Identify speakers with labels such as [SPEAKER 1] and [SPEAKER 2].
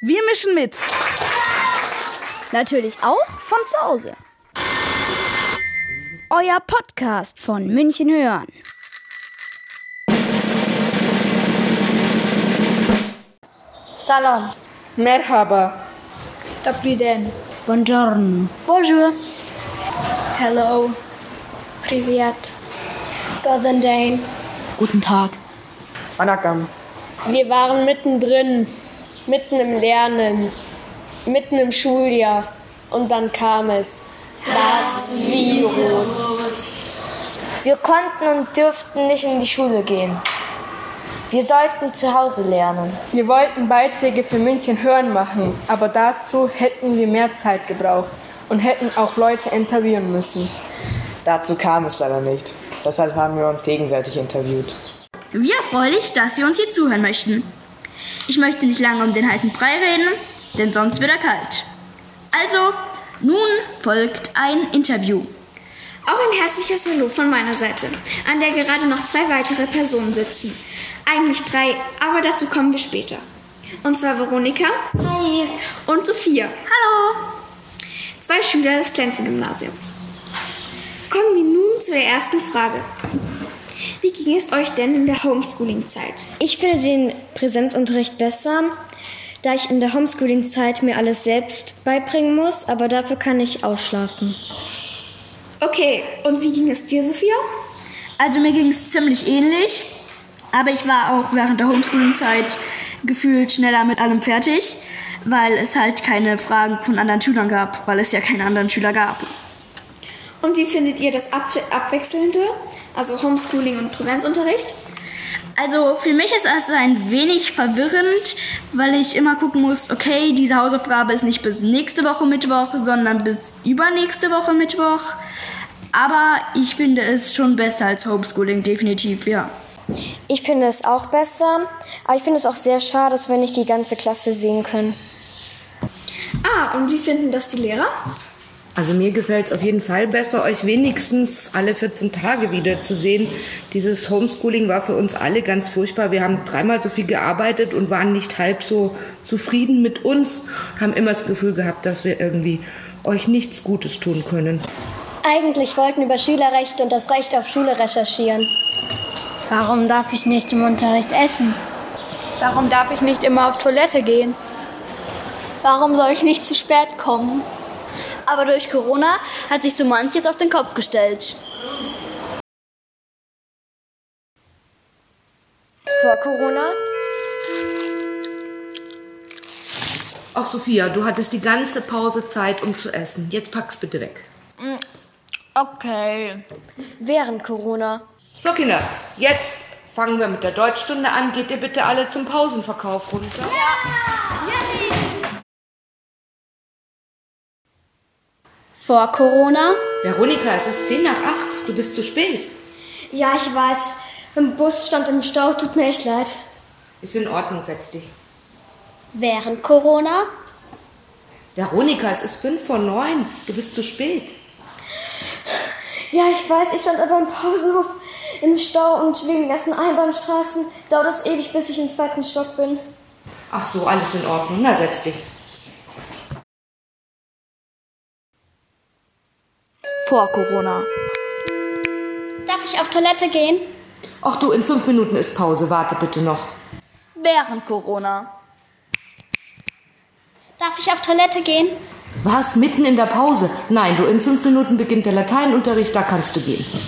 [SPEAKER 1] Wir mischen mit.
[SPEAKER 2] Natürlich auch von zu Hause. Euer Podcast von München hören.
[SPEAKER 3] Salam.
[SPEAKER 4] Merhaba.
[SPEAKER 3] Dobriden.
[SPEAKER 5] Buongiorno.
[SPEAKER 6] Bonjour.
[SPEAKER 3] Hello. Privet. Guten Tag.
[SPEAKER 5] Guten Tag.
[SPEAKER 4] Anakam.
[SPEAKER 7] Wir waren mittendrin, mitten im Lernen, mitten im Schuljahr. Und dann kam es.
[SPEAKER 8] Das Virus.
[SPEAKER 9] Wir konnten und dürften nicht in die Schule gehen. Wir sollten zu Hause lernen.
[SPEAKER 4] Wir wollten Beiträge für München hören machen, aber dazu hätten wir mehr Zeit gebraucht und hätten auch Leute interviewen müssen.
[SPEAKER 10] Dazu kam es leider nicht. Deshalb haben wir uns gegenseitig interviewt.
[SPEAKER 11] Wir erfreulich, dass Sie uns hier zuhören möchten. Ich möchte nicht lange um den heißen Brei reden, denn sonst wird er kalt. Also, nun folgt ein Interview.
[SPEAKER 12] Auch ein herzliches Hallo von meiner Seite, an der gerade noch zwei weitere Personen sitzen. Eigentlich drei, aber dazu kommen wir später. Und zwar Veronika.
[SPEAKER 13] Hi.
[SPEAKER 12] Und Sophia.
[SPEAKER 14] Hallo.
[SPEAKER 12] Zwei Schüler des Klenze-Gymnasiums. Kommen wir nun zur ersten Frage. Wie ging es euch denn in der Homeschooling-Zeit?
[SPEAKER 15] Ich finde den Präsenzunterricht besser, da ich in der Homeschooling-Zeit mir alles selbst beibringen muss, aber dafür kann ich ausschlafen.
[SPEAKER 12] Okay, und wie ging es dir, Sophia?
[SPEAKER 11] Also mir ging es ziemlich ähnlich, aber ich war auch während der Homeschooling-Zeit gefühlt schneller mit allem fertig, weil es halt keine Fragen von anderen Schülern gab, weil es ja keine anderen Schüler gab.
[SPEAKER 12] Und wie findet ihr das Ab Abwechselnde, also Homeschooling und Präsenzunterricht?
[SPEAKER 11] Also für mich ist es ein wenig verwirrend, weil ich immer gucken muss, okay, diese Hausaufgabe ist nicht bis nächste Woche Mittwoch, sondern bis übernächste Woche Mittwoch. Aber ich finde es schon besser als Homeschooling, definitiv, ja.
[SPEAKER 15] Ich finde es auch besser, aber ich finde es auch sehr schade, dass wir nicht die ganze Klasse sehen können.
[SPEAKER 12] Ah, und wie finden das die Lehrer?
[SPEAKER 16] Also mir gefällt es auf jeden Fall besser, euch wenigstens alle 14 Tage wieder zu sehen. Dieses Homeschooling war für uns alle ganz furchtbar. Wir haben dreimal so viel gearbeitet und waren nicht halb so zufrieden mit uns, haben immer das Gefühl gehabt, dass wir irgendwie euch nichts Gutes tun können.
[SPEAKER 17] Eigentlich wollten über Schülerrechte und das Recht auf Schule recherchieren.
[SPEAKER 18] Warum darf ich nicht im Unterricht essen?
[SPEAKER 19] Warum darf ich nicht immer auf Toilette gehen?
[SPEAKER 20] Warum soll ich nicht zu spät kommen?
[SPEAKER 21] aber durch Corona hat sich so manches auf den Kopf gestellt.
[SPEAKER 22] Vor Corona?
[SPEAKER 16] Ach Sophia, du hattest die ganze Pause Zeit, um zu essen. Jetzt pack's bitte weg.
[SPEAKER 22] Okay.
[SPEAKER 15] Während Corona.
[SPEAKER 16] So Kinder, jetzt fangen wir mit der Deutschstunde an. Geht ihr bitte alle zum Pausenverkauf runter?
[SPEAKER 21] Ja! Yay!
[SPEAKER 2] vor Corona?
[SPEAKER 16] Veronika, es ist 10 nach 8. Du bist zu spät.
[SPEAKER 15] Ja, ich weiß. Im Bus stand im Stau. Tut mir echt leid.
[SPEAKER 16] Ist in Ordnung, setz dich.
[SPEAKER 2] Während Corona?
[SPEAKER 16] Veronika, es ist 5 vor 9. Du bist zu spät.
[SPEAKER 15] Ja, ich weiß. Ich stand aber im Pausenhof im Stau und wegen dessen Einbahnstraßen dauert es ewig, bis ich im zweiten Stock bin.
[SPEAKER 16] Ach so, alles in Ordnung. Na, setz dich.
[SPEAKER 21] vor Corona.
[SPEAKER 2] Darf ich auf Toilette gehen?
[SPEAKER 16] Ach du, in fünf Minuten ist Pause. Warte bitte noch.
[SPEAKER 21] Während Corona.
[SPEAKER 2] Darf ich auf Toilette gehen?
[SPEAKER 16] Was? Mitten in der Pause? Nein, du, in fünf Minuten beginnt der Lateinunterricht, da kannst du gehen.